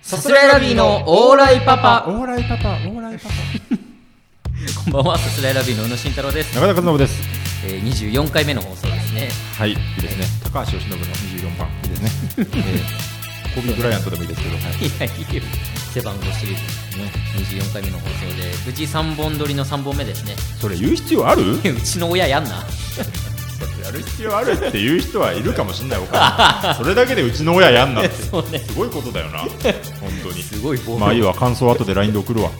さすらいラビーのオーライパパオーライパパオーライパパこんばんはさすらいラビーの宇野慎太郎です、中田和信ですえー、24回目の放送ですねはいいいですね高橋由伸の24番いいですね、えー、コビー・ブライアントでもいいですけいど、やいや背番号シリーズですね24回目の放送で無事3本撮りの3本目ですね それ言う必要あるうちの親やんなやる必要あるって言う人はいるかもしれないお 母さんそれだけでうちの親やんなって すそうねごいことだよ な本当にすごい暴まあいい力わ感想後で LINE で送るわ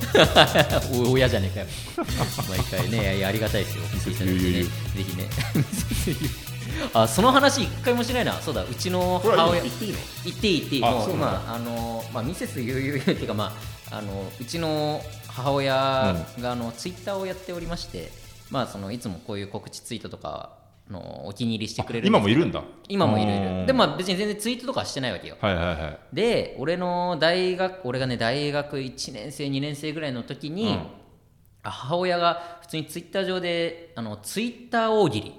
お親じゃねえかよ 毎回ねいやいやありがたいですよ見せていただいてねゆうゆうぜひね あその話一回もしないなそうだうちのこれ母は親言っていいの言っていい言っていいあもそううなんだまああのまあミセスゆうゆうゆう っていうかまああのうちの母親があのツイッターをやっておりましてまあそのいつもこういう告知ツイートとかのお気に入りしてくれる今もいるるんだ今もいるいうるんでまあ別に全然ツイートとかはしてないわけよはいはいはいで俺の大学俺がね大学1年生2年生ぐらいの時に、うんあ母親が普通にツイッター上であのツイッター大喜利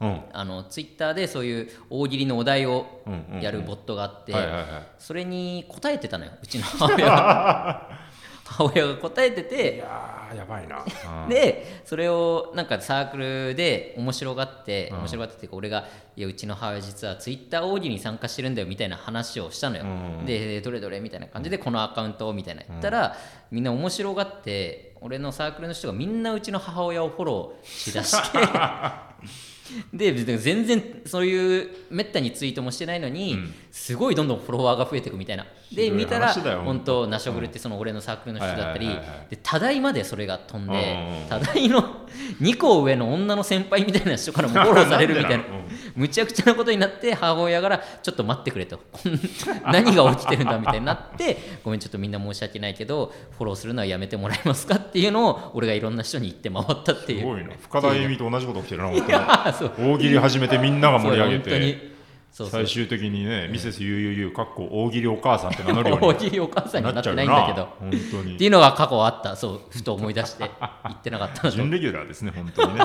うんあのツイッターでそういう大喜利のお題をやるボットがあって、はいはいはいそれに答えてたのようちの母親が 母親が答えててあーやばいなでそれをなんかサークルで面白がって面白がってっていうか俺が「いやうちの母親実はツイッター大喜利に参加してるんだよ」みたいな話をしたのよ、うんでどれどれみたいな感じでこのアカウントをみたいな言ったら、みんな面白がって俺のサークルの人がみんなうちの母親をフォローしだ してでで全然そういうめったにツイートもしてないのに、すごいどんどんフォロワーが増えていくみたいなでひどい見たら話だよ本当ナショフルってその俺のサークルの人だったり、はいはいはいはいで多大までそれが飛んうんうんでう多ん大の2個上の女の先輩みたいな人からもフォローされるみたいななんでなのうんむちゃくちゃなことになって母親からちょっと待ってくれと こん何が起きてるんだみたいになってごめんちょっとみんな申し訳ないけどフォローするのはやめてもらえますかっていうのを俺がいろんな人に言って回ったっていうすごいな深田い恵や美と同じこと起きてるな本当に そう大喜利始めてみんながそ盛うり上げ 本当にてそうそう最終的にねミセス UUU かっこ大喜利お母さんって名乗るよう大に喜利お母さんにはなっなっちてゃうないよんなだけど本当っていにうのが過去あったそうふと思い出して言ってなか ったなと準レギュラーですね本当に すね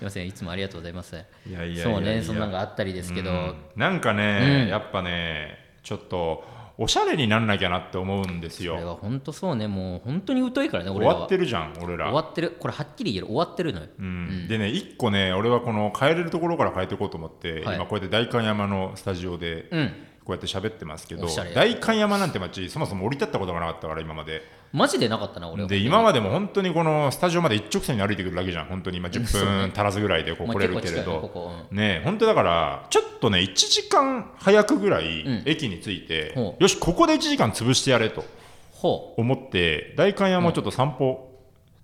みません、いつもありがとうございます。いやいやいやいやそうね、そんなのがあったりですけど、うんなんかね、うんやっぱねちょっとおしゃれになんなきゃなって思うんですこれよは本当そうね、もう本当に疎いからね、俺終らは。わってるじゃん俺ら終わってるこれはっきり言える、終わってるのよ。うん、でね一個ね俺はこの変えれるところから変えていこうと思って、はい今こうやって代官山のスタジオでうん、こうやって喋ってますけどおしゃれ代官山なんて街そもそも降り立ったことがなかったから今までマジでなかったな、俺は。で今までも本当にこのスタジオまで一直線に歩いてくるだけじゃん本当に今10分足らずぐらいでこうまあ来れるけれ結構近いねこどこね本当だからちょっとね1時間早くぐらうんい駅に着いて、ほうよしここで1時間潰してやれとほ思って代官山をちょっと散歩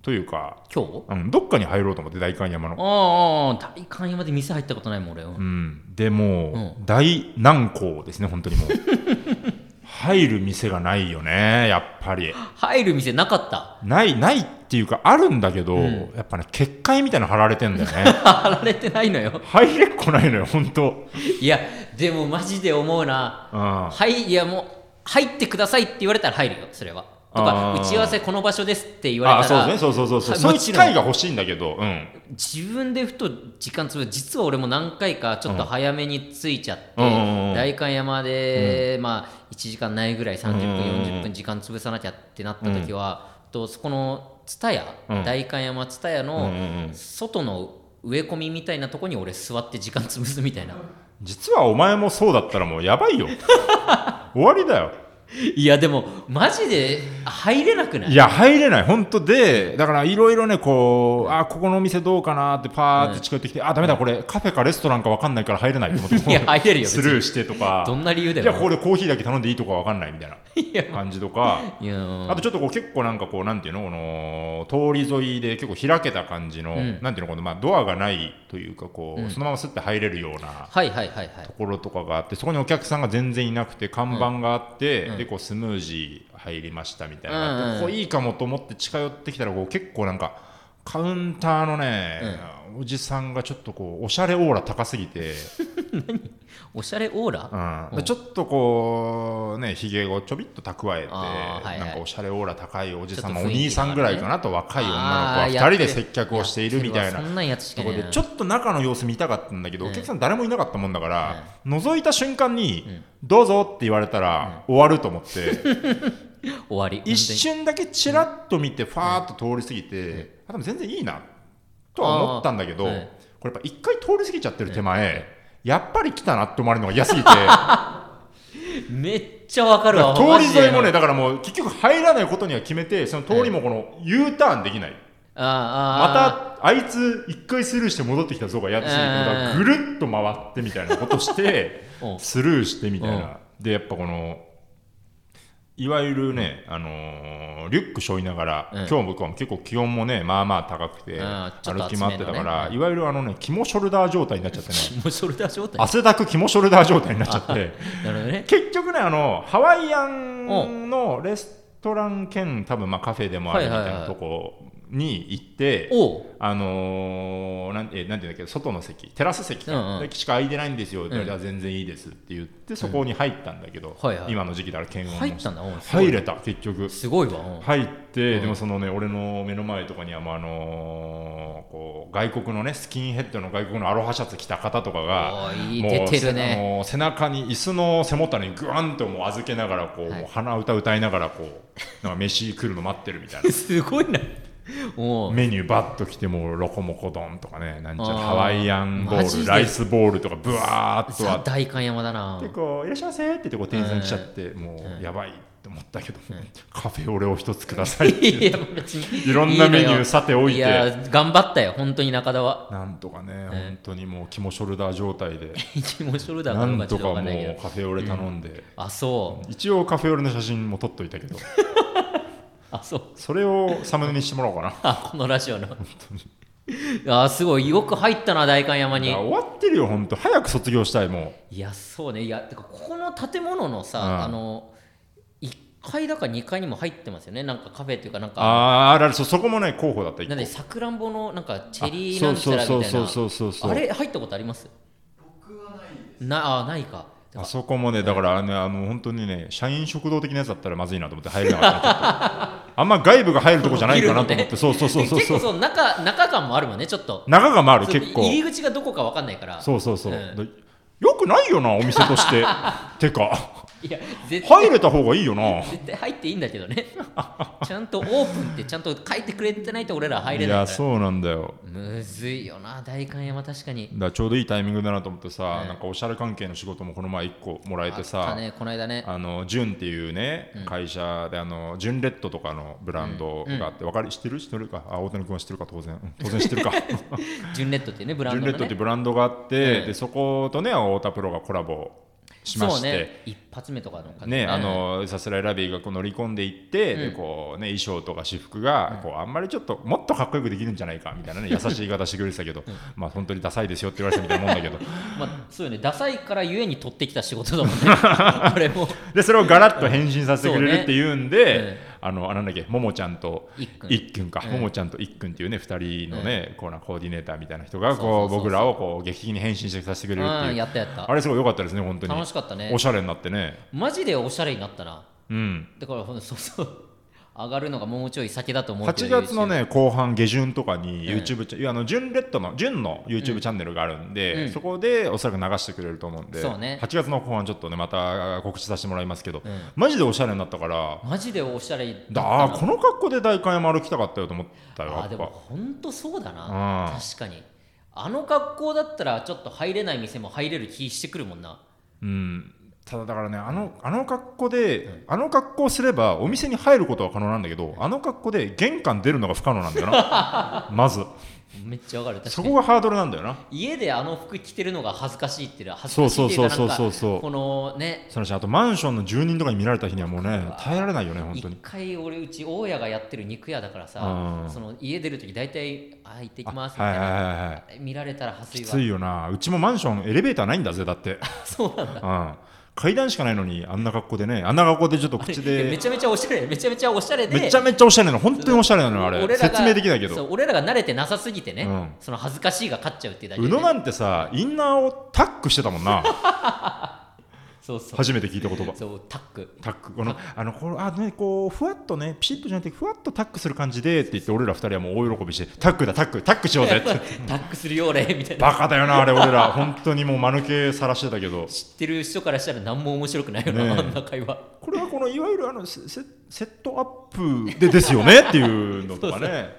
というか、う、今日うん、どっかに入ろうと思って代官山のああ、大観山で店入ったことないもん、俺は。うん、でも、う大難航ですね、本当にもう。 入る店がないよね、やっぱり。入る店なかった。ない、ないっていうか、あるんだけど、うんやっぱね、結界みたいなの貼られてんだ よね。貼られてないのよ。入れっこないのよ、本当。いや、でもマジで思うな。うんはい、いやもう、入ってくださいって言われたら入るよ、それは。とか、あー打ち合わせこの場所ですって言われあたそうら、ですね、そうそうそうそう、はいそういうもち機ろん会が欲しいんだけど、うん、自分でふと時間つぶ実は俺も何回かちょっと早めに着いちゃって、うんうんうんうん代官山で、まあ1時間ないぐらい30分、うんうんうん40分時間潰さなきゃってなった時は、とそこの蔦屋、うん代官山蔦屋うんのうんうん外の植え込みみたいなとこに俺座って時間潰すみたいな実はお前もそうだったらもうやばいよ 終わりだよいやでもマジで入れなくないいや入れない本当でだからいろいろねこうあここのお店どうかなってパーって近寄ってきて、あダメだこれカフェかレストランか分かんないから入れ ないってこといや入れるよ別スにルーしてとかどんな理由だいやよここでコーヒーだけ頼んでいいとか分かんないみた いな感じとかいやあとちょっとこう結構なんかこうなんていうのこの通り沿いで結構開けた感じの、んなんていうのこのまあドアがないというかこう、そのまますって入れるようなはいはいはいはいところとかがあってそこにお客さんが全然いなくて看板があって、でこうスムージー入りましたみたいなのがあって、うんうんここいいかもと思って近寄ってきたらこう結構なんか カウンターのね、おじさんがちょっとこうおしゃれオーラ高すぎておしゃれオーラ、うんで、ちょっとこうねひげをちょびっと蓄えて、あーはいはいなんかおしゃれオーラ高いおじさんちょのっおと雰囲気兄さんぐらいかなと若い女の子あはー2やって人るで接客をしているみたやっていなるわそんなんやつしかといこないろなでちょっと中の様子見たかったんだけど、お客さん誰もいなかったもんだから、覗いた瞬間に、どうぞって言われたら、終わると 思って終わり一瞬だけちらっと見てファーッと通り過ぎて、あでも全然いいなとは思ったんだけど、あーはいこれやっぱ一回通り過ぎちゃってる手前、やっぱり来たなって思 われるのが嫌すぎて。本当にめっちゃわかるわ通り沿いもマジね、でだからもう結局入らないことには決めて、その通りもこの U ターンできない、ああああまたあいつ一回スルーして戻ってきたぞがやっついて、うんだからぐるっと回ってみたいなことしてう、んスルーしてみたいな、で、やっぱこの、いわゆるね、あのーリュック背負いながら、うん今日僕は結構気温もね、まあまあ高くて、あーちょっと歩き回ってたか厚めのら、ねいわゆるあのね、肝ショルダー状態になっちゃってね、もうショルダー状態汗だく肝ショルダー状態になっちゃって。なるほどね結局ねあのハワイアンのレストラン兼多分まあカフェでもあるみたいはいはいはないとこに行って、おうあのーなんえなんていうんだっけ外の席テラス席か,で、うんうんしか空いてないんですよ、んじゃあ全然いいですって言ってそこに入ったんだけど、はいはい今の時期だから検温も入ったんだおうすごい入れた結局すごいわうん入って、うんでもそのね俺の目の前とかにはもうあのーこう外国のねスキンヘッドの外国のアロハシャツ着た方とかおがーいいもう出てるねせもう背中に椅子の背もたれにグワンともう預けながらこう、はいもう鼻歌歌いながらこうなんか飯来るの待ってるみたいな。すごいなおうメニューバッと来てもうロコモコ丼とかねなんちゃらあーハワイアンボマジールでライスボールとかブワーっとあさって大観山だなでこういらっしゃいませって言ってこう店員さん来ちゃって、もうやばいって思ったけど、カフェオレを一つくださ いって言っていや別にいろんなメニューのよさておいてや頑張ったよ本当に中田は なんとかね、本当にもう肝ショルダー状態で、一文ショルダーなかどうんかちょとっかとわもかんないけどうカフェオレ頼んで、あそう一応カフェオレの写真も撮っとい たけど、あそうそれをサムネにしてもらおうかな。あこのラジオのあすごいよく入ったな代官山いにや終わってるよ、本当、早く卒業したい、もいやそうねいやてかここの建物のさ、うんあの1階だか2階にも入ってますよねなんかカフェっていうかなんう。かあーあるあるそうそこもね、候補だった、一個なんでさくらんぼのなんかチェリーなあんちゃらみたいなそうそうそうそうそうそうあれ入ったことあります僕はないなあないかあそこもね、だからね、あの本当にね、社員食堂的なやつだったらまずいなと思って入れなかったちょっと。あんま外部が入るとこじゃないかなと思っビルのて、ねそうそうそうそう結そ構う。その中中感もあるもんねちょっと中が回る、結構。入り口がどこかわかんないからそうそうそう。うんでよくないよな、お店 として。てか、いや絶対入れた方がいいよな。絶対入っていいんだけどね ちゃんとオープンってちゃんと書いてくれてないと俺ら入いれなや、いからそうなんだよ。むずいよな代官山確かにだからちょうどいいタイミングだなと思ってさ、うんなんかおしゃれ関係の仕事もこの前1個もらえてあっさ、たねこの間ねあのジュンっていうね、会社であのジュンレッドとかのブランドがあって、わかる知ってる知ってるかあ大谷君は知ってるか当然、うん当然知って るかジュンレッドっていうねブラジュンンドレのッドっていねうブランドがあって、うんでそことね太田プロがコラボしまそうして、ね一発目とかの感じね、あのさすらいラビーがこう乗り込んでいって、でうんこうね、衣装とか私服がこうあんまりちょっともっとかっこよくできるんじゃないかみたいな、ね、優しい言い方してくれてたけど、まあ本当にダサいですよって言われてたみたいなもんだけどまあそうよねダサいからゆえに取ってきた仕事だもんね あれもでそれをガラッと返信させてくれるっていうんで、そうねあのあなんだっけももちゃんといっくんいっくんか、うんももちゃんといっくんっていうね2人のね、こうなコーディネーターみたいな人がそこううそうそうそう僕らをこう劇的に返信してさせてくうれるってんいうやったやったあれすごい良かったですね本当に楽しかったねおしゃれになってねマジでおしゃれになったなうんだからほんとそうそう上がるのがもうちょい先だと思うけ8ど月のね後半下旬とかにうん YouTube チャン、いやあのジュンレッドのジュンの YouTube チャンネルがあるんで、うんそこでおそらく流してくれると思うんで、そうね8月の後半ちょっとねまた告知させてもらいますけど、うんマジでおしゃれになったからマジでおしゃれだっただなあーこの格好で代官山歩きたかったよと思ったよあーやでっもぱ本当そうだな、うん確かにあの格好だったらちょっと入れない店も入れる気してくるもんなうんただだからねあのあの格好で、あの格好すればお店に入ることは可能なんだけどあの格好で玄関出るのが不可能なんだよな まずめっちゃわかる確かそにこがハードルなんだよな家であの服着てるのが恥ずかしいっていうのは恥ずかしいっていうかそなうそうそうんかそうそうこのねそのしあとマンションの住人とかに見られた日にはもうね耐えられないよね本当一に回俺うち大家がやってる肉屋だからうさんその家出る時大体「あ行ってきます」みはたいいはいな、はいはい見られたら恥きずいつわ いよなうちもマンションエレベーターないんだぜだってそうなんだうん階段しかないのにあんな格好でねあんな格好でちょっと口い やめでちゃめちゃおしゃれめちゃめちゃおしゃれでめちゃめちゃおしゃれなの本当におしゃれなのあれ俺らが説明できないけそどう俺らが慣れてなさすぎてね、うんその恥ずかしいが勝っちゃうっていうだけ宇でね、野なんてさインナーをタックしてたも んなそうそう初めて聞いた言葉そうタックタックこのあのこうあ、ね、こうふわっとねピシッとじゃなくてふわっとタックする感じでって言って俺ら二人はもう大喜びしてタックだタックタックしようぜ ってタックするよ俺みたいなバカだよなあれ俺ら本当にもう間抜けさらしてたけど知ってる人からしたら何も面白くないよねな、えあんな会話これはこのいわゆるあのセセセットアップでですよねっていうのとかね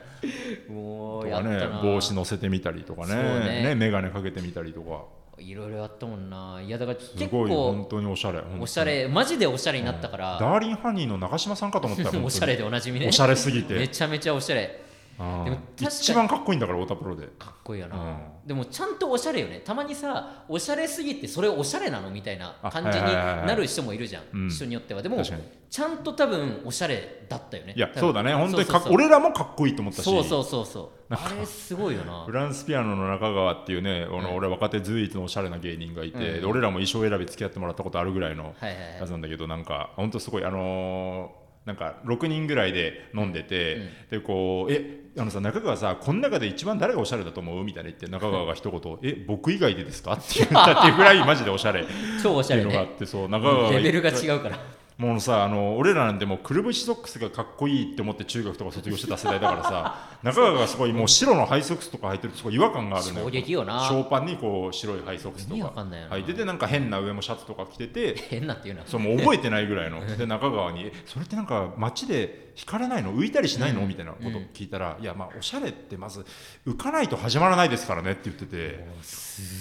もとうやかったな、ね帽子乗せてみたりとかねそうねね眼鏡かけてみたりとかいろいろやったもんないやだからす結ごい本構当におしゃれ本当におしゃれマジでおしゃれになったから、ダーリンハニーの長嶋さんかと思ったよ本当に おしゃれでおなじみねおしゃれすぎめてちゃめちゃおしゃれうんでも確かに一番かっこいいんだから太田プロでかっこいいよな、うでもちゃんとおしゃれよねたまにさおしゃれすぎてそれおしゃれなのみたいなあ感じにはいはいはいはいなる人もいるじゃん、うん人によってはでも確かにちゃんと多分おしゃれだったよねいや多分そうだね本当にかそっうそう俺らもかっこいいと思ったしそうそうそうそうあれすごいよなフランスピアノの中川っていうね、あうんの俺若手随一のおしゃれな芸人がいて、うんで俺らも衣装選び付き合ってもらったことあるぐらいのはいはいやはついなんだけど、なんか本当すごいあのーなんか6人ぐらいで飲んでて、でこうえあのさ中川さこの中で一番誰がおしゃれだと思うみたいな言って中川が一言「え僕以外でですか?」って言ったっていうぐらいマジでおしゃれっ超おしてゃいれうのがあっねてそう中川がレベルが違うからもうさあの俺らなんてもうくるぶしソックスがかっこいいって思って中学とか卒業してた世代だから さ中川がすごいもう白のハイソックスとか履いてるとすごい違和感があるの衝撃よなショーパンにこう白いハイソックスと意味わかかんないよな履いててなんか変な上もシャツとか着てて変なっていうのはそうもう覚えてないぐらいの で中川にえ「それってなんか街で惹かれないの浮いたりしないの?」みたいなことを聞いたら「いやまあおしゃれってまず浮かないと始まらないですからね」って言ってて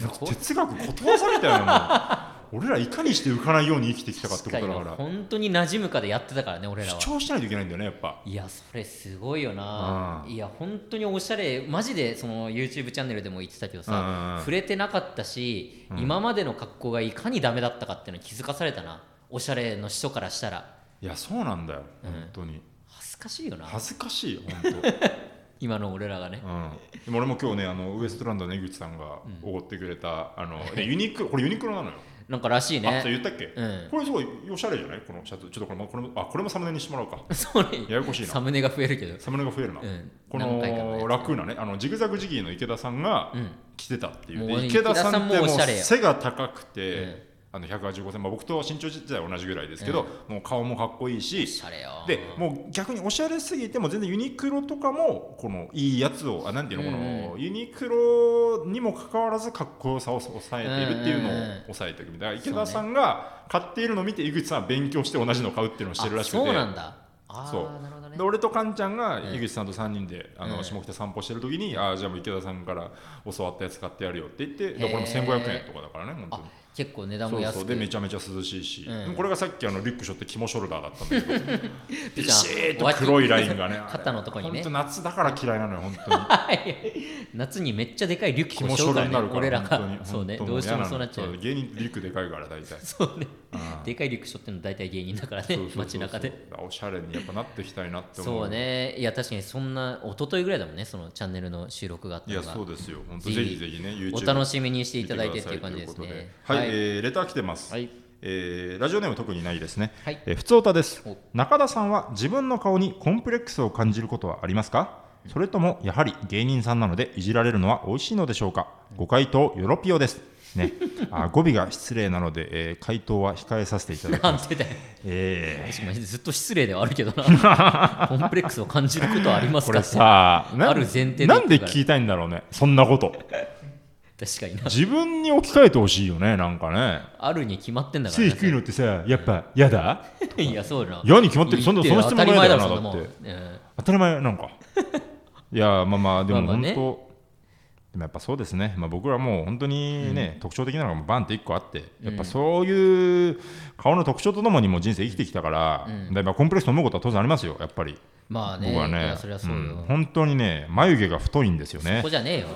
なんかごい哲学ことわざみたいなの俺らいかにして浮かないように生きてきたかってことだから本当に馴染むかでやってたからね俺らは主張しないといけないんだよねやっぱ。いやそれすごいよな、うんいや本当におしゃれマジでその YouTube チャンネルでも言ってたけどうんうんさ、うん触れてなかったし、今までの格好がいかにダメだったかっていうのに気づかされたなおしゃれの人からしたらいやそうなんだよ本当に、恥ずかしいよな恥ずかしいよ本今の俺らがね当、うん、でも俺も今日ねあのウエストランドの江口さんがおごってくれた、あのね ユニクロこれユニクロなのよ、なんからしいあそれね言ったっけ、うんこれすごいおしゃれじゃないこのシャツちょっとこれもこれもあこれもサムネにしても らうか そうねややこしいなサムネが増えるけど、サムネが増えるな、うんこ何回かのやつのね楽なねあのジグザグジギーの池田さんがうん、着てたっていう、でもうね池田さんっても池田さんもうおしゃれよ背が高くて、うんあの185センまあ、僕と身長自体は同じぐらいですけど、もう顔もかっこいいしおしゃれよでもう逆におしゃれすぎても全然ユニクロとかもこのいいやつをあなんていうのこうんのユニクロにもかかわらずかっこよさを抑えているっていうのうんうをんうん抑えていくみたいな池田さんが買っているのを見て井口さんは勉強して同じのを買うっていうのをしてるらしくてあそうなんだあそうあなるほどねで俺とカンちゃんがうん井口さんと3人で、あうのん下北散歩してる時に、ああじゃあもう池田さんから教わったやつ買ってやるよって言ってーでこれも1500円とかだからね本当あに。結構値段そもう安くそうでめちゃめちゃ涼しいし、うんでもこれがさっきあのリュック背負って肝ショルダーだったんだけど ピビシャンシーッと黒いラインがね肩のとこにね本当夏だから嫌いなのよ本 当に夏にめっちゃでかいリュック肝もシしョよルうかダらーにねなるか俺らら本当にがそうね本当どうしても嫌そうなっちゃうそう芸人リュックでかいから大体 そうねあーでかいリュック背負ってんの大体芸人だからねそうそうそう街中でおしゃれにやっぱなっていきたいなって思うそうねいや確かにそんな一昨日ぐらいだもんねそのチャンネルの収録があったいのやがそうですよ本当ぜぜひひぜひね YouTube お楽しみにしていただいて見っていう感じですくださいというねことではい、はえいーレター来てます、はいえーラジオネーム特にないですね、はいえー、ふつおたですお中田さんは自分の顔にコンプレックスを感じることはありますかそれともやはり芸人さんなのでいじられるのは美味しいのでしょうかご回答よろぴよですね あ語尾が失礼なので、えー回答は控えさせていただきなます、んてだよえー確かにずっと失礼ではあるけどな コンプレックスを感じることはありますこかれってさなある前提でなんで聞いたいんだろうねそんなこと確かにな自分に置き換えてほしいよねなん かねあるに決まってんだから背ね低いのってさやっぱ嫌だいやそうだな嫌に決まってるそんな言よその質問当たり前だろないだそんなろうなもんだうん当たり前な んかいやまあまあでもまあまあ本当、ねでもやっぱそうですね、まあ、僕はもう本当にね、特徴的なのがもうバンって1個あってやっぱそういう顔の特徴とともにもう人生生きてきたから、だいぶコンプレックスと思うことは当然ありますよやっぱり、まあね僕はいねやそれはそううんよ本当にね眉毛が太いんですよこねこじゃねえよ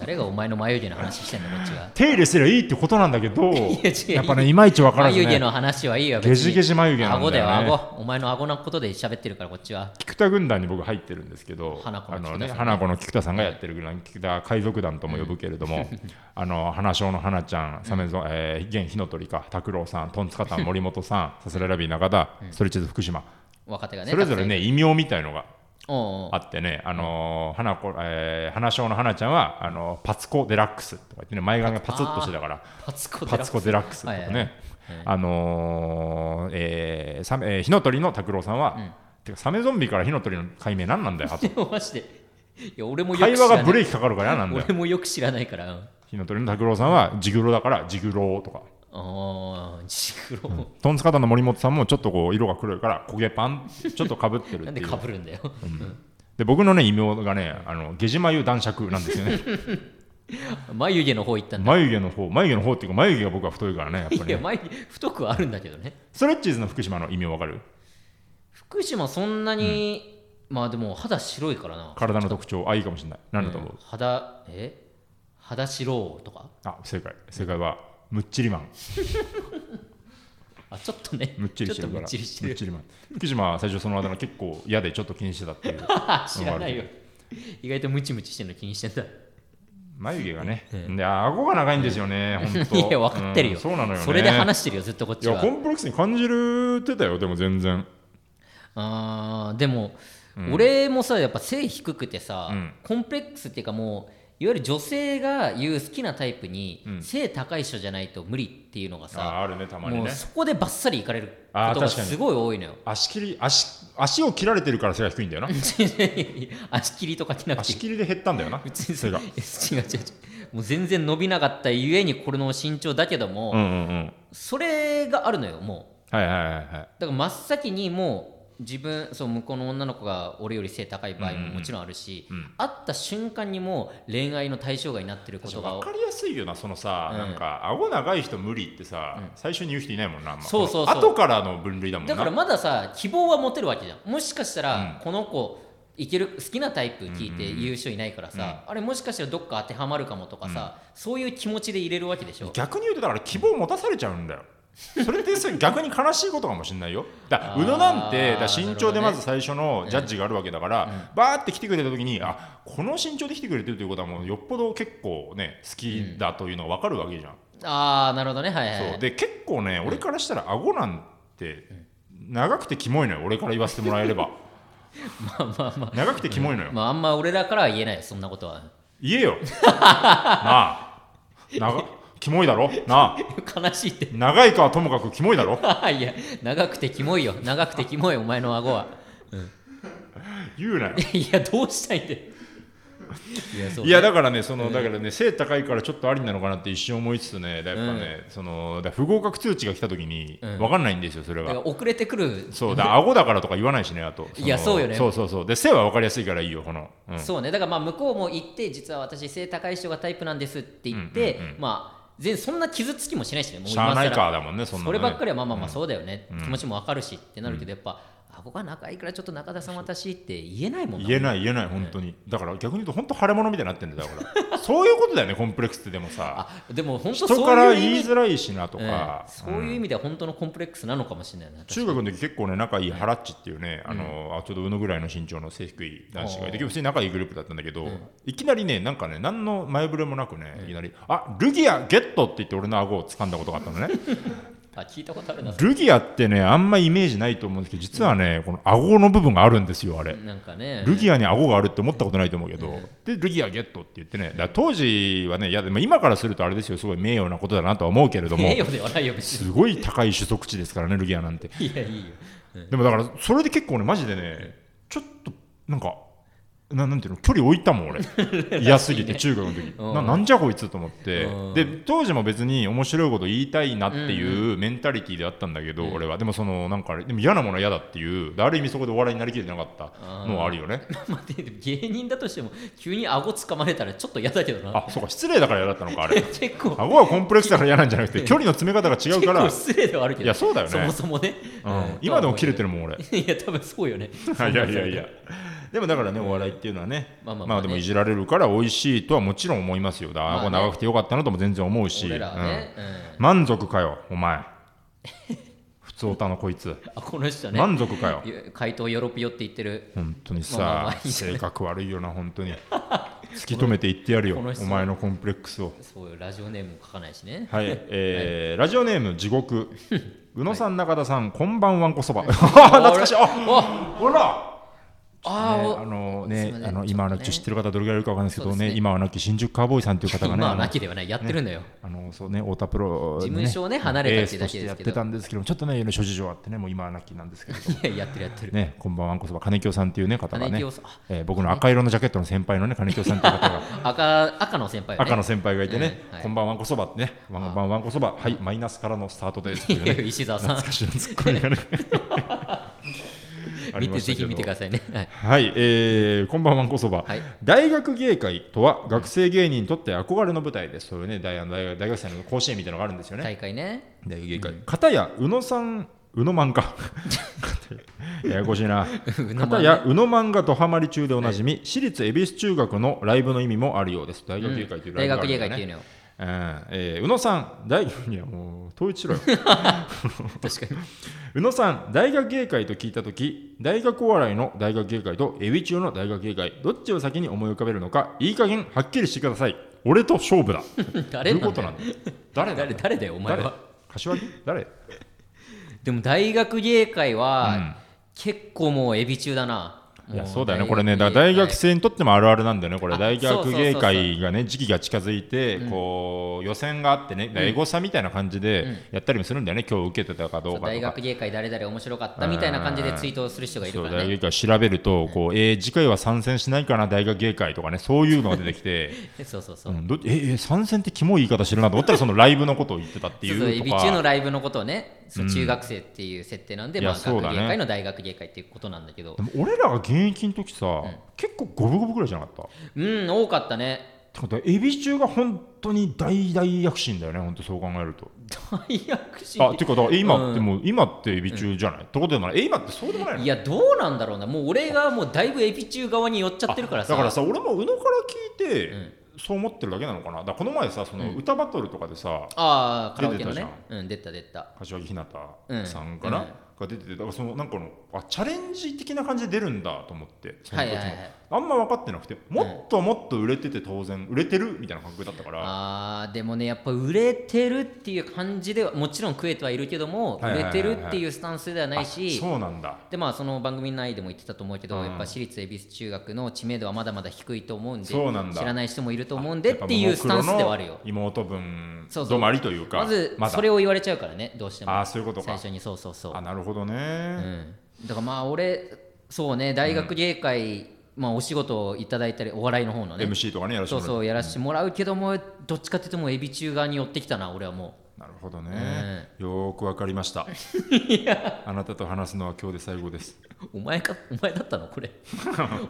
誰がお前の眉毛の話してんのこっちが手入れすりゃいいってことなんだ けやど違うやっぱねいまいち分からず眉毛ねの話はいいよゲジゲジ眉毛なんだよね顎だよ顎お前の顎のことで喋ってるからこっちは菊田軍団に僕入ってるんですけど花子のあ菊田さんのねね、花子の菊田さんがやってるぐらい菊田海族団とも呼ぶけれども、 あの花椒の花ちゃん、サメゾン、えー、現火の鳥か、拓郎さん、トンツカタン、森本さん、さすらいラビー中田、ストレッチーズ福島、若手がねそれぞれたくね、異名みたいのがさんおうおうあってね、あのー花子えー花椒の花ちゃんはあのパツコ・デラックスとか言ってね、前髪がパツッとしてたから、パツコデパラックツスコ・デラックスとかはいはいはねい、あのーえーサメえー火の鳥の拓郎さんは、てかサメゾンビから火の鳥の解明、何なんだよ、あ とマジでいや俺もよく知らない会話がブレーキかかるから嫌なんだよ俺。もよく知らないからうん火の鳥の拓郎さんはジグロだからジグロとかああジグロトンツカタンの森本さんもちょっとこう色が黒いから焦げパンちょっとかぶってるなっんてでいうかぶるんだよで僕のね異名がねあの下島優男爵なんです よね眉毛の方行ったんだ眉毛の方眉毛の方っていうか眉毛が僕は太いからねやっぱりいやね眉毛太くはあるんだけどねストレッチーズの福島の異名わかる福島そんなにまあでも肌白いからな体の特徴あいいかもしれない何だと思う、肌え肌白とかあ正解正解はむっちりマンあちょっとねむっちりしてちょるっとからむっちりしてむるっちりマン福島は最初そのあだ名結構嫌でちょっと気にしてたっていう 知らないよ意外とムチムチしてるの気にしてんだ 眉毛がね、で顎が長いんですよね、本当いや分かってるよ、うんそうなのよねそれで話してるよずっとこっいちやはコンプレックスに感じるってたよでも全然あーでも、俺もさやっぱ背低くてさ、うんコンプレックスっていうかもういわゆる女性が言う好きなタイプに、うん背高い人じゃないと無理っていうのがさああるねたまにもうねそこでバッサリいかれるあこーとが確かにすごい多いのよ足切り足足を切られてるから背が低いん だよな 足切りとか着なくてい足い切りで減ったんだよ な背が 違う違う違うもう全然伸びなかったゆえにこれの身長だけども、うんうんうんそれがあるのよもうはいはいはいはいだから真っ先にもう自分そう向こうの女の子が俺より背高い場合ももちろんあるし、会った瞬間にもう恋愛の対象外になってることが分かりやすいよなそのさ、うんなんか顎長い人無理ってさ、最初に言う人いないもんな、まあそうそうそうこの後からの分類だもんなだからまださ希望は持てるわけじゃんもしかしたら、この子いける好きなタイプ聞いて言う人いないからさ、あれもしかしたらどっか当てはまるかもとかさ、そういう気持ちで入れるわけでしょ逆に言うとだから希望を持たされちゃうんだよそれってさ逆に悲しいことかもしれないよだからあー宇野なんてだから身長でなまるほどねず最初のジャッジがあるわけだから、バーって来てくれた時にあこの身長で来てくれてるということはもうよっぽど結構ね好きだというのが分かるわけじゃん、ああなるほどねはいはいはいそうで結構ね俺からしたら顎なんて長くてキモいのよ俺から言わせてもらえ ればまあまあまあ長くてキモいのよ、まああんま俺らからは言えないよそんなことは 言えよなあ長キモいだろなあ悲しいって 長いかはともかくキモいだろいや長くてキモいよ長くてキモいお前の顎は 言うなよいやどうしたいんだよ いやそういやだからね、そのだからね、背高いからちょっとありなのかなって一瞬思いつつね、だやっぱね、そのだ不合格通知が来た時にうん分かんないんですよ、それだかが。ら遅れてくるそうだ、顎だからとか言わないしね、あと。いのやそうよねそうそうそう。で、背は分かりやすいからいいよ、この。うんそうねだからまあ向こうも行って実は私背高い人がタイプなんですって言って、うんうんまあ全そんな傷つきもしないしねもうし今ゃあ更ないかだもんね、そんなそのれねばっかりはまあまあまあそうだよね、気持ちもわかるしってなるけどやっぱ、顎が長いからちょっと中田さん私って言えないもん言えいない、言えない、本当に。だから逆に言うと、本当腫れ物みたいになってんだよ、だから。そういうことだよね、コンプレックスってでもさ。あでも本当人そかうらいう意言い味づらいしなとうんか。そういう意味では本当のコンプレックスなのかもしれないな中学の時結構ね仲いいハラッチっていうね、あのあちょうど宇野ぐらいの身長の背低い男子がいて普通に仲いいグループだったんだけど、いきなりねなんかね何の前触れもなくね、いきなり「あルギアゲット!」って言って俺の顎を掴んだことがあったのね あ聞いたことあるなルギアってねあんまイメージないと思うんですけど実はねこの顎の部分があるんですよあれ。なんかねルギアに顎があるって思ったことないと思うけど、でルギアゲットって言ってね、だから当時はね、いや、でも今からするとあれですよ、すごい名誉なことだなとは思うけれども、名誉ではないよ別にすごい高い種族値ですからね、ルギアなんて。いやいいよでもだからそれで結構ねマジでねちょっとなんかななんていうの距離置いたも ん俺嫌すぎて中学の時、うんななんじゃこいつと思って、うんで当時も別に面白いこと言いたいなっていううメンタリティーであったんだけど、俺はでもそのなんかあれでも嫌なものは嫌だっていうである意味そこでお笑いになりきれてなかったのはあるよね、まあ、でも芸人だとしても急に顎つかまれたらちょっと嫌だけどなあそうか失礼だから嫌だったのか あれ結構顎はコンプレックスだから嫌なんじゃなくて距離の詰め方が違う 結構から、失礼ではあるけどいやそうだよねそもそもね、うん、今でも切れてるるもん俺いや多分そうよね いやいやいやでもだからねお笑いっていうのはねまあまあまあねまあでもいじられるから美味しいとはもちろん思いますよだからまあね顎長くてよかったなとも全然思うし俺らはね、うんうん満足かよお前普通おたのこいつあこの人 ね満足かよ怪盗ヨロピヨって言ってる本当にまあまあまあさいいじゃな性格悪いよな本当に突き止めて言ってやるよ この質お問前のコンプレックスをそういうラジオネームも書かないしね。はい、えーラジオネーム地獄宇野さん中田さんこんばんわんこそば懐 懐かしい ああほらあねー、あおのすいねませんあのちょっ今とのね知ってる方どれぐらいいるかわかんないですけどそうでねすね今はなき新宿カーボーイさんという方 がね今はあのなきではない、やってるんだよ。あのそうね太田プロの事ね務所をね離れたっていうだけエースとしてでやすっけどてたんですけどもちょっとねいろいろ諸事情あってねもう今はなきなんで すけれどもいや、やってるやってる。ねこんばんはんこそば金京さんっていうね方が金ね京さんあ、えー僕の赤色のジャケットの先輩のね金京さんっていう方が赤赤の先輩よね。赤の先輩がいてね、うんはい、こんばんはんこそばってね、こんばんはんこそば、はい、マイナスからのスタートですっていうね 石澤さん懐かしいのツッコミがね あり見まてしたぜけひど見てくださいね。はいはい、えーこんばんはんこそば、はい大学芸会とは学生芸人にとって憧れの舞台です、そういうね大大学大学生の甲子園みたいなのがあるんですよね、大会ね。大学芸会、片や宇野さん、宇野マンか、 ややこしいな。うのま片ねや宇野漫画とハマり中でおなじみ、私立恵比寿中学のライブの意味もあるようです。大学芸会というライ大ブが学あるんだ芸会ってよねいうのよ。うんえー宇野さん、大 いやもう統一しろよ確かに。 宇野さん、大学芸会と聞いたとき、大学お笑いの大学芸会とエビ中の大学芸会、どっちを先に思い浮かべるのか、いい加減はっきりしてください。俺と勝負だ。誰ないんどううだことなんだ誰だ誰誰だよ、お前誰は。柏木誰でも大学芸会は、結構もうエビ中だな。いやもそうだよね、これね、だ大から大芸会学生にとってもあるあるなんだよね、これ、あ大そう学そうそう芸そう会がね、時期が近づいて、こう予選があってね、だからエゴサみたいな感じでやったりもするんだよね、今日受けてたかどそううかとか。大学芸会誰々面白かったみたいな感じでツイートする人がいるそうから大ね。学芸会調べると、こうえー次回は参戦しないかな、大学芸会とかね、そういうのが出てき て、そうそうそうう。んどえー参戦ってキモい言い方してるなと思ったら、そのライブのことを言ってたってそうそういエうビと中のか、ライブのことをね、そう中学生っていう設定なんで、いやまあ、そ学うだ芸ね会の大学芸会っていうことなんだけどで、も俺らが現役の時さ、結構五分五分ぐらいじゃなかったうん、多かったね。ってことは、エビ中が本当に大大躍進だよね、本当そう考えると。大躍進あていうか、だから今ってうんもう、今ってエビ中じゃない、ってことでもない、え今ってそうでもないのいや、どうなんだろうな、もう俺がもうだいぶエビ中側に寄っちゃってるからさ、だからさ、俺も宇野から聞いて、そう思ってるだけなのかな、だからこの前さ、その歌バトルとかでさ、ああ、カラオケの出てねた、うん、出た出た。柏木ひなたさんかな、うんが出ててだからそのなんかのあチャレンジ的な感じで出るんだと思ってその時はも、いはいはいあんま分かってなくてもっともっと売れてて当然売れてるみたいな感覚だったから、あーでもね、やっぱ売れてるっていう感じでは、もちろん食えてはいるけども、はいはいはいはい売れてるっていうスタンスではないし、あそうなんだでまあ、その番組内でも言ってたと思うけど、うんやっぱ私立恵比寿中学の知名度はまだまだ低いと思うんでそうなんだ知らない人もいると思うんでっていうスタンスではあるやっよぱももクロの妹分そうそうどまりというかまずまだそれを言われちゃうからねどうしてもあーそういうことか最初にそうそうそうあなるほどね、うんだからまあ俺そうね大学芸会、まあお仕事をいただいたりお笑いの方のね MC とかねやらせてそもうそらうやらせてもらうけどもどっちかっていうともうエビ中側に寄ってきたな俺はもなるほどね、よーくわかりましたあなたと話すのは今日で最後ですうお前かお前だったのこ れ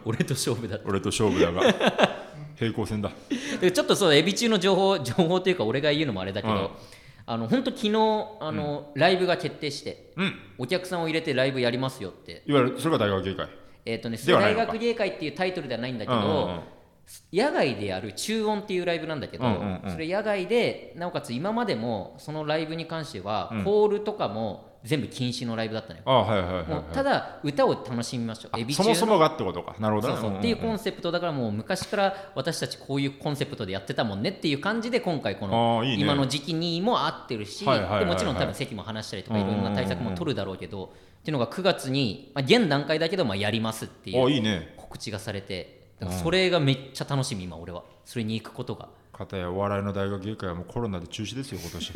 俺と勝負だった俺と勝負 だが平行線だでちょっとそうエビ中の情報情報というか俺が言うのもあれだけど、うんあの本当昨日あの、ライブが決定してうんお客さんを入れてライブやりますよっていわゆるそれが大学芸会えっ、とねではな大いのか学芸会っていうタイトルではないんだけど、うんうんうん野外でやる中音っていうライブなんだけど、うんうんうんそれ野外でなおかつ今までもそのライブに関しては、コールとかも全部禁止のライブだったのよ、あはいはいはい、はいもうただ歌を楽しみましょうエビそ中ものそもがってことか。なるほどそうね。そううんうんっていうコンセプトだからもう昔から私たちこういうコンセプトでやってたもんねっていう感じで今回こあのーいいね今の時期にも合ってるしはいはいはいはいでもちろん多分席も話したりとかうんいうんうんろんな対策も取るだろうけどっていうのが9月に、まあ、現段階だけどまあやりますっていあういいね。告知がされてだからそれがめっちゃ楽しみ今俺はそれに行くことが片やお笑いの大学芸会はもうコロナで中止ですよ、今年。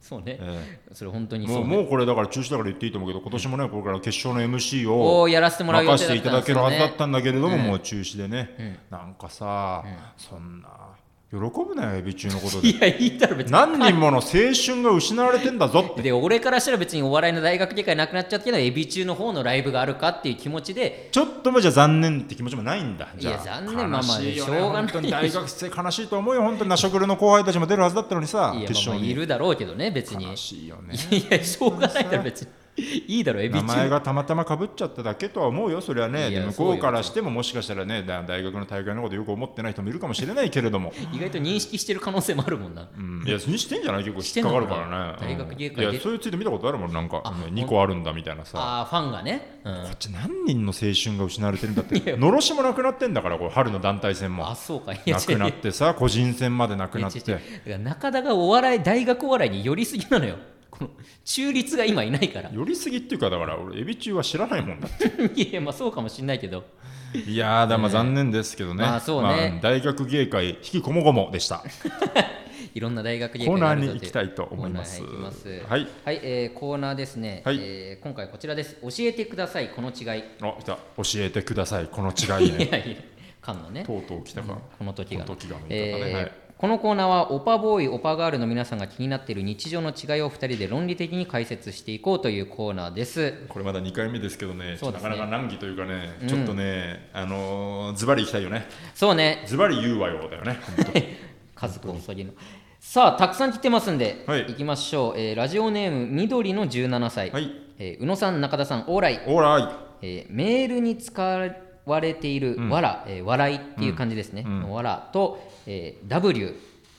そうね、えそれ本当えにもそうう、もうこれだから中止だから言っていいと思うけど、今年もね、これから決勝の MC ををやらせてもらう予任定せだてったんですいただけよるはずだねったんだけれども、もう中止でね。なんかさ、そんな、喜ぶなよ、エビ中のことで。いやいいだろ別に何人もの青春が失われてんだぞって。で俺からしたら別にお笑いの大学理解なくなっちゃったけどエビ中の方のライブがあるかっていう気持ちでちょっともじゃあ残念って気持ちもないんだ。じゃあいや残念まあまあね悲しいよしょうがない本当に大学生悲しいと思うよ、本当にナショクルの後輩たちも出るはずだったのにさ、いや決まあ勝まあいに。るだろうけどね別に悲しいよね。いやしょうがないだろ別にいいだろエビ名中前がたまたまかぶっちゃっただけとは思うよそれはねいでや向そうこようからしてももしかしたらねだ大学の大会のことよく思ってない人もいるかもしれないけれども、意外と認識してる可能性もあるもんなうん、いやにしてんじゃない結構して引んっのかかかなるからね大学芸会うんでいやそういうツイート見たことあるもんなんかあ2個あるんだみたいなさああファンがね、うんこっち何人の青春が失われてるんだっ いやてのろしもなくなってんだからこう春の団体戦あもそうかいやなくな違っうてさ個人戦までなくいやなっ違う違うてだから中田がお笑い大学お笑いに寄りすぎなのよこの中立が今いないから 寄りすぎっていうかだから俺エビ中は知らないもんだっていやまあそうかもしんないけどいやーだまあ残念ですけどね,、まあそうねん大学芸会引きこもごも でしたいろんな大学芸コー会がナあーるにぞ行といきうたいと思いますコーナー行きますはいはい、えーコーナーですね、はいえー今回こちらです教えてくださいこの違いあ来た教えてくださいこの違いいねやいや菅のね とうとう来たかこの時がこの時がの言い方ねはえいーこのコーナーはオパボーイオパガールの皆さんが気になっている日常の違いを2人で論理的に解説していこうというコーナーですこれまだ2回目ですけどねそうですねなかなか難儀というかね、うんちょっとねあのーズバリ行きたいよねそうねズバリ言うわよだよね本家族をそぎのさあたくさん来てますんで、はいい、きましょう、えーラジオネーム緑の17歳、当はいえー宇野さん中田さんオーライオーライえーメールに使われている「わら」えー笑いっていう感じですね、うんわらと、えー W、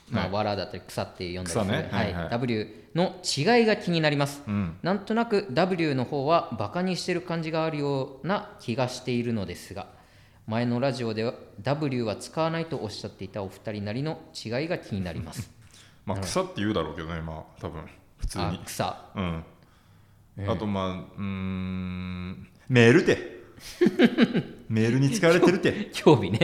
まあはいわらだったり草って呼んだりする、草ねははいいはい W の違いが気になります、うんなんとなく W の方はバカにしてる感じがあるような気がしているのですが前のラジオでは W は使わないとおっしゃっていたお二人なりの違いが気になりますまあ草って言うだろうけどねまあ多分 普通あに草うん、あとまあうーんメールて メールに使われてるて興味ね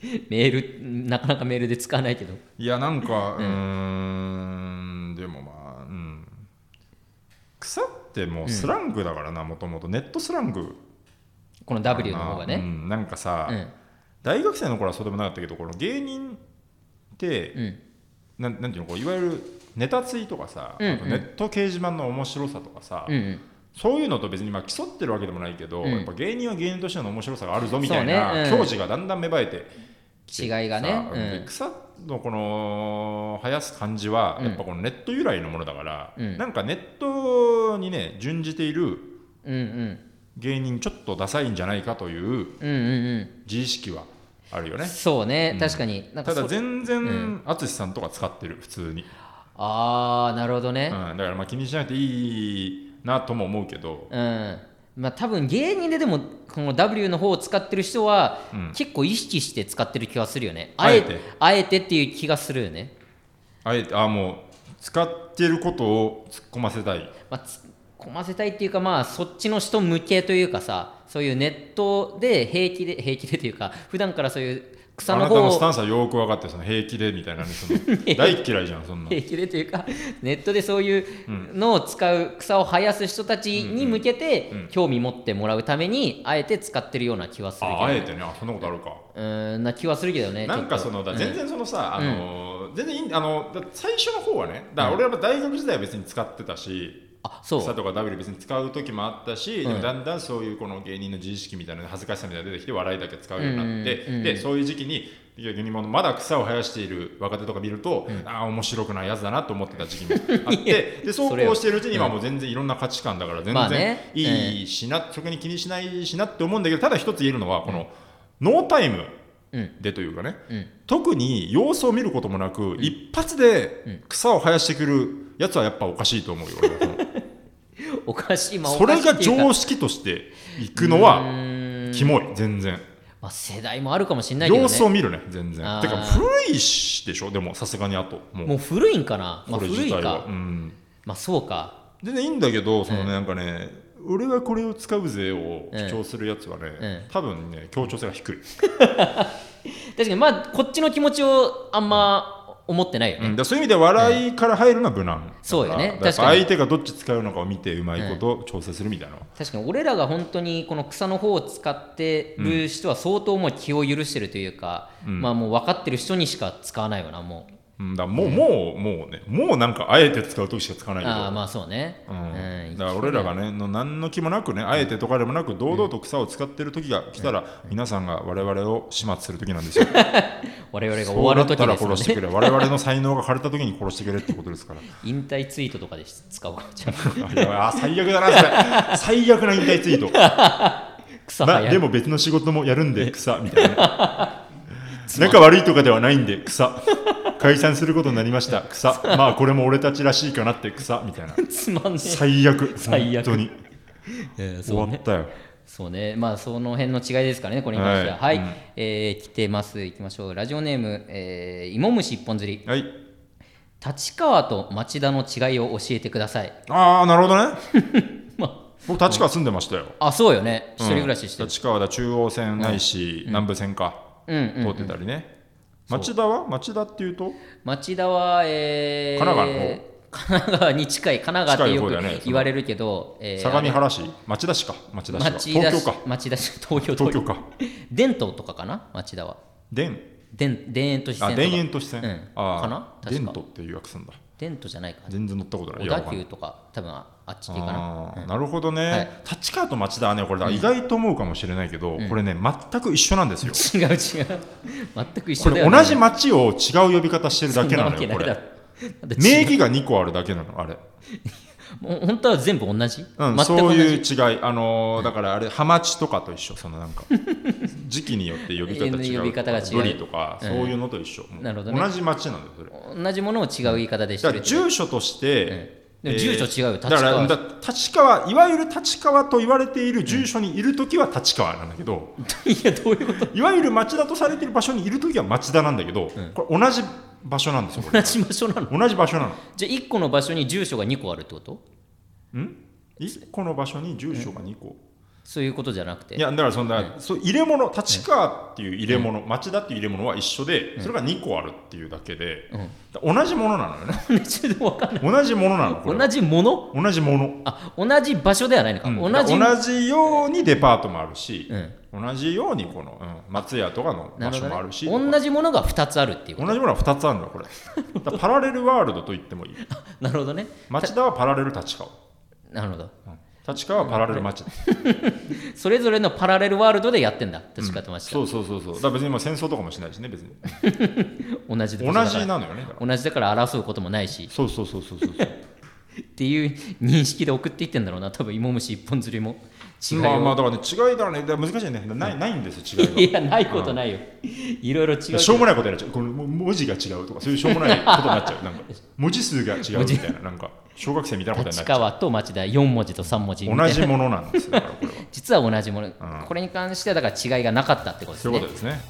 メールなかなかメールで使わないけどいやなんかうーんでもまあうん腐ってもうスラングだからなもともとネットスラングこのだな W の方がうね、ん、なんかさ、うん大学生の頃はそうでもなかったけどこの芸人って、うんなんなんていうのこういわゆるネタツイとかさ、うんうんあとネット掲示板の面白さとかさ、うんうんそういうのと別にまあ競ってるわけでもないけど、うんやっぱ芸人は芸人としての面白さがあるぞみそうたねいな、うん教示がだんだん芽生えて違いがねさ、うんで草のこの生やす感じはうんやっぱこのネット由来のものだから、うんなんかネットにね準じているうんうん芸人ちょっとダサいんじゃないかといううんうん自意識はあるようんねそうね、うん確かになんかたそだう全う然淳さんとか使ってる普通に、ああなるほどうん、だねからまあ気にしなくていいなとも思うけどうん、まあ多分芸人ででもこの W の方を使ってる人はうん結構意識して使ってる気がするよね、ああええててあえてっていう気がするよね、あえてあもう使ってることを突っ込ませたいまあ、突っ込ませたいっていうかまあそっちの人向けというかさそういうネットで平気で平気でというか普段からそういう草あのなた方のスタをンスはよく分かってるその平気でみたいなねそ の大っ嫌いじゃんそんな平気でというかネットでそういうのを使う草を生やす人たちに向けてうんうん興味持ってもらうためにあえて使ってるような気はするけどああえてねあそんなことあるかうーんな気はするけどねなんかそのだ全然そのさ、あのー全然いいあのだ最初の方はねだから俺はやっぱ大学時代は別に使ってたし、あそう草とか W 別に使う時もあったし、うんでもだんだんそういうこの芸人の自意識みたいな恥ずかしさみたいなのが出てきて笑いだけ使うようになって、うんうんうんでそういう時期に逆にもうまだ草を生やしている若手とか見ると、ああ面白くないやつだなと思ってた時期もあっいや てでそうそこれはうしてるうちに今もう全然いろんな価値観だから全まあ然ねいいしな、特に気にしないしなって思うんだけどただ一つ言えるのはこのノータイムうんでというかね、うん特に様子を見ることもなく、一発で草を生やしてくるやつはやっぱおかしいと思うよ、俺はおかしいまあそれおかしいがっていうか常識としていくのはうーんキモい全然、まあ世代もあるかもしれないけど様ね子を見るね全然あーてか古いしでしょでもさすがにあともうもう古いんかなまあこれ古自い体は、かうんまあそうか全然いいんだけどそのね、なんかね俺はこれを使うぜを主張するやつはね、うん多分ね協調性が低い、確かにまあこっちの気持ちをあんま思ってないようねんだからそういう意味では笑いから入るのは無難、そうよねだから確かに相手がどっち使うのかを見てうまいこと調整するみたいなのは確かに俺らが本当にこの草の方を使ってる人は相当もう気を許してるというかうんまあもう分かってる人にしか使わないよなもううん、だからもう、もう、もうね、もうなんかあえて使うときしか使わないけど。ああまあそうね、うんうんだから俺らがね、の何の気もなくね、あえてとかでもなく、堂々と草を使ってる時が来たら、皆さんが我々を始末する時なんですよ。我々がそう 終だわっる時たらですよ殺してくねれ、我々の才能が枯れた時に殺してくれってことですから。引退ツイートとかで使おうかなじゃあいやあ最悪だな、 それ最悪な引退ツイート。草まあ生えでるも別の仕事もやるんで、草みたいな。仲悪いとかではないんで、草。解散することになりました、草。まあこれも俺たちらしいかなって、草みたいな。つまんね最悪、 最本悪当に。ええ終そわうねったよ。そうねまあその辺の違いですからねこれに関してはははいい、うんえー来てますいきましょうラジオネーム、えー、芋虫一本釣りはい。立川と町田の違いを教えてくださいああ、なるほどね。ま僕、立川住んでましたよ。ああそうよね一人暮らししてうんる、立川だ、中央線ないし、南部線か、うんうん通ってたりね。町田は町田っていうと町田は、えー、神奈神奈川に近い神奈川近い方っだてよよねく言われるけど、えー相模原市町田市か町田市か町田東京市か町田市東京東京か伝統とかかな町田はでん伝田園都市線あと田か園都市線、うんあーかな確かデントっていう訳すんだ伝統じゃないか全然乗ったことない小いや田わかんな急いとか多分ああっち系かなあーなるほどね、はい立川と町田はねこれだ意外と思うかもしれないけど、これね全く一緒なんですよ違う違う全く一こ緒だよ、れね、同じ町を違う呼び方してるだけなのよこそんなわけないだれろだって名義が2個あるだけなのあれもう本当は全部同じ、う全ん、くそ同うじいう違い、あのーだからあれ、ハマチとかと一緒、そ のなんか、時期によって呼び方違う、呼び方が違うブリとか、そういうのと一緒、もうなるほどね同じ町なんだよ、それ。同じものを違う言い方でしてだるからけど住所として、でも住所違うよだから立川だ立川、いわゆる立川と言われている住所にいるときは立川なんだけど、いやどういうこといわゆる町田とされている場所にいるときは町田なんだけど、これ同じ場所なんですよ、こ同れじ場所なの同じ場所なの。じゃあ1個の場所に住所が2個あるってこと1個の場所に住所が2個。そういうことじゃなくていやだからそんな、そう入れ物立川っていう入れ物、町田っていう入れ物は一緒で、それが2個あるっていうだけで、同じものなのよね ちょっとわかんない同じものなのこれは同じもの同じもの、あ同じ場所ではないのか、うん同じ同じようにデパートもあるし、うん同じようにこの、うん松屋とかのな場る所ほもあど、るね、し同じものが2つあるっていうこ同とじものは2つあるんだ これだからパラレルワールドと言ってもいいなるほどね町田はパラレル立川、なるほどうん立川はパラレル町田それぞれのパラレルワールドでやってんだ確かとました、そうそうそうそうだから別に今戦争とかもしないしね別に同じ同だからじなのよねだから同じだから争うこともないしそうそうそうそうそうそうっていう認識で送っていってんだろうな多分芋虫一本釣りも違いを、まあまあだからね違いだねだから難しいねないないんですよ違いがいやないことないよ、いろいろ違うけどしょうもないことになっちゃうこのも文字が違うとかそういうしょうもないことになっちゃうなんか文字数が違うみたいななんか小学生みたいなことに立なっちゃう川と町田4文字と3文字みたいな同じものなんですよだからこれは実は同じもの、これに関してはだから違いがなかったってことですそういうねことですね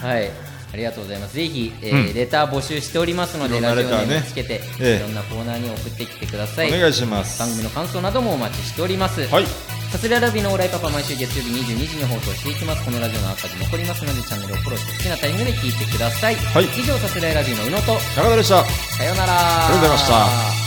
はいありがとうございますぜひ、えーレター募集しておりますのいでろんなラジレオネターねームつけて、えいえろんなコーナーに送ってきてくださいお願いします番組の感想などもお待ちしておりますはいさすらいラビのオーライパパ毎週月曜日22時に放送していきますこのラジオのアーカイブ残りますのでチャンネルをフォローして好きなタイミングで聞いてください、はい以上さすらいラビの宇野と中田でしたさようならありがとうございました